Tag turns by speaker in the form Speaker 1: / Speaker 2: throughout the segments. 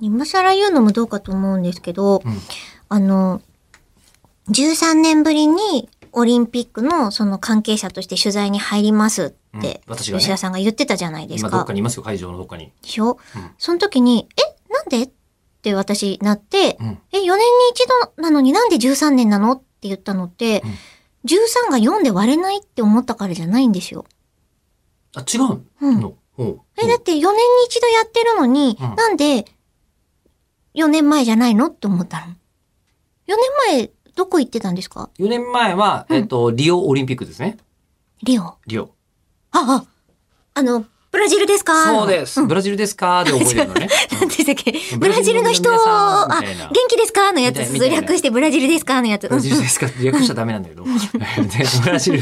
Speaker 1: 今更言うのもどうかと思うんですけど、
Speaker 2: うん
Speaker 1: あの、13年ぶりにオリンピックのその関係者として取材に入りますって、
Speaker 2: うん私がね
Speaker 1: 吉田さんが言ってたじゃないです
Speaker 2: 今
Speaker 1: か。
Speaker 2: どっかにいますよ、会場のどっかに。
Speaker 1: でしょ、
Speaker 2: うん
Speaker 1: その時に、え、なんでって私なって、
Speaker 2: うん
Speaker 1: え、4年に一度なのになんで13年なのって言ったのって、
Speaker 2: うん
Speaker 1: 13が4で割れないって思ったからじゃないんですよ。
Speaker 2: あ、違う
Speaker 1: うん
Speaker 2: の、ほう
Speaker 1: え、だって4年に一度やってるのに、
Speaker 2: うん
Speaker 1: なんで4年前じゃないのって思ったの。4年前、どこ行ってたんですか
Speaker 2: 4年前は、
Speaker 1: うん
Speaker 2: えっと、リオオリンピックですね。
Speaker 1: リオ。あ、
Speaker 2: リオ。
Speaker 1: あ、あの、ブラジルですか
Speaker 2: そうです。
Speaker 1: ん
Speaker 2: ブラジルですかで覚えて るのね。
Speaker 1: なんでしたっけ
Speaker 2: うん
Speaker 1: ブラジルの人
Speaker 2: ブラジルの皆さん
Speaker 1: あ、
Speaker 2: みたいな
Speaker 1: 元気ですかのやつ、
Speaker 2: みたいな
Speaker 1: 略してブラジルですかのやつ。
Speaker 2: ブ
Speaker 1: う
Speaker 2: ラ
Speaker 1: ん
Speaker 2: ジルですかって略しちゃダメなん だけど。で、ブラジル、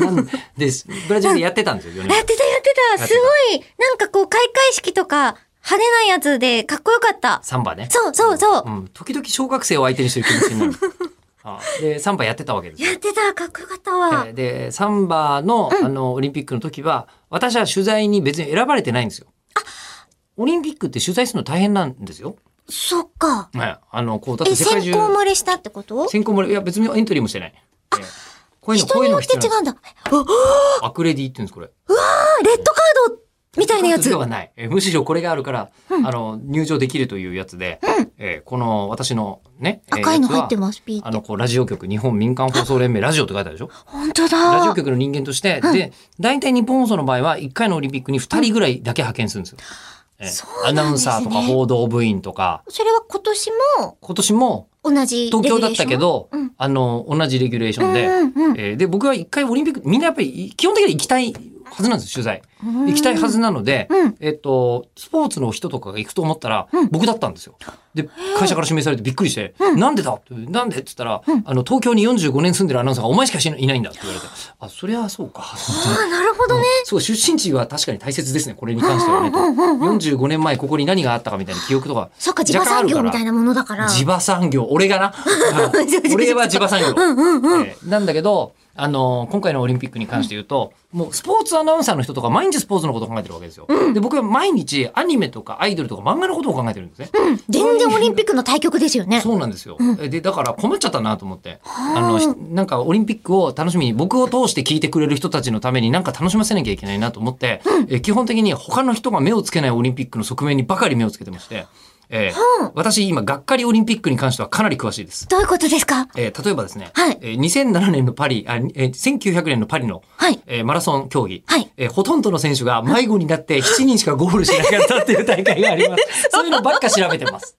Speaker 2: なんです。ブラジルでやってたんですよ、4
Speaker 1: やっ
Speaker 2: 年
Speaker 1: てたやってた
Speaker 2: やってた
Speaker 1: すごいなんかこう、開会式とか、派手なやつでかっこよかった。
Speaker 2: サンバね。
Speaker 1: そうそうそう。
Speaker 2: うん。時々小学生を相手にしてる気持 ちになる。あで、サンバやってたわけですよ
Speaker 1: やっ。てたかっこよかったわ
Speaker 2: え。ーで、サンバの、あの、オリンピックの時は、私は取材に別に選ばれてないんですよ。オリンピックって取材するの大変なんですよ。
Speaker 1: そっか。
Speaker 2: はい。あの、こう、だっ
Speaker 1: え、
Speaker 2: て世
Speaker 1: 先
Speaker 2: 界中。
Speaker 1: 行漏れしたってこと
Speaker 2: 選考も、いや、別にエントリーもしてない。えーこういうの、こ
Speaker 1: 人
Speaker 2: うい
Speaker 1: に
Speaker 2: う
Speaker 1: よ
Speaker 2: の
Speaker 1: って違
Speaker 2: 必要なんで
Speaker 1: うんだ。おお
Speaker 2: すアクレディって言うんです、これ。
Speaker 1: レッドカードみたいなやつ。
Speaker 2: で
Speaker 1: う
Speaker 2: はない。えーむしろこれがあるから、あの、入場できるというやつで、えーこの、私のね、えー
Speaker 1: 赤いの入って
Speaker 2: やつは
Speaker 1: ます、ピー
Speaker 2: あ
Speaker 1: っ
Speaker 2: の、
Speaker 1: て。
Speaker 2: こう、ラジオ局、日本民間放送連盟ラジオって書いてあるでしょ
Speaker 1: 本当
Speaker 2: ラジ
Speaker 1: だ
Speaker 2: オ。局の人間として、で、大体日本放送の場合は、1回のオリンピックに2人ぐらいだけ派遣するんですよ。え
Speaker 1: そう
Speaker 2: ア
Speaker 1: なんですね
Speaker 2: ナウンサーとか報道部員とか、
Speaker 1: それは今年も
Speaker 2: 今年も
Speaker 1: 同じレギ
Speaker 2: 東
Speaker 1: ュレーション。
Speaker 2: 京だったけど、
Speaker 1: うん
Speaker 2: あの、同じレギュレーシ
Speaker 1: う
Speaker 2: ョン
Speaker 1: ん
Speaker 2: で、
Speaker 1: うんうん。
Speaker 2: えーで、僕は1回オリンピック、みんなやっぱり基本的に行きたいはずなんですよ、取材。行きたいはずなので、
Speaker 1: うん
Speaker 2: えっと、スポーツの人とかが行くと思ったら、
Speaker 1: うん
Speaker 2: 僕だったんですよ。で、会社から指名されてびっくりして、なんでだって、なんでって言ったら、
Speaker 1: うん
Speaker 2: あの、東京に45年住んでるアナウンサーがお前しかしないいないんだって言われて、あ、そりゃそうか。
Speaker 1: ああ、なるほどね。
Speaker 2: そう、出身地は確かに大切ですね、これに関してはね。と45年前ここに何があったかみたいな記憶とか、
Speaker 1: そっか、地場産業みたいなものだから。
Speaker 2: 地場産業、俺がな。俺は地場産業。えーなんだけど、あのー今回のオリンピックに関して言うと、もうスポーツアナウンサーの人とか毎日スポーツのことを考えてるわけですよ。で、僕は毎日アニメとかアイドルとか漫画のことを考えてるんですね。
Speaker 1: 全然オリンピックの対局ですよね。
Speaker 2: そうなんですよ。えで、だから困っちゃったなと思って。あの、ひなんかオリンピックを楽しみに、僕を通して聞いてくれる人たちのためになんか楽しませなきゃいけないなと思って、え基本的に他の人が目をつけないオリンピックの側面にばかり目をつけてまして、えー私今、がっかりオリンピックに関してはかなり詳しいです。
Speaker 1: どういうことですか
Speaker 2: えー例えばですね、
Speaker 1: はい
Speaker 2: えー2007年のパリ、あ、えー1900年のパリの、
Speaker 1: はい。
Speaker 2: えーマラソン競技、
Speaker 1: はい
Speaker 2: えーほとんどの選手が迷子になって7人しかゴールしなかったっていう大会があります。そういうのばっか調べてます。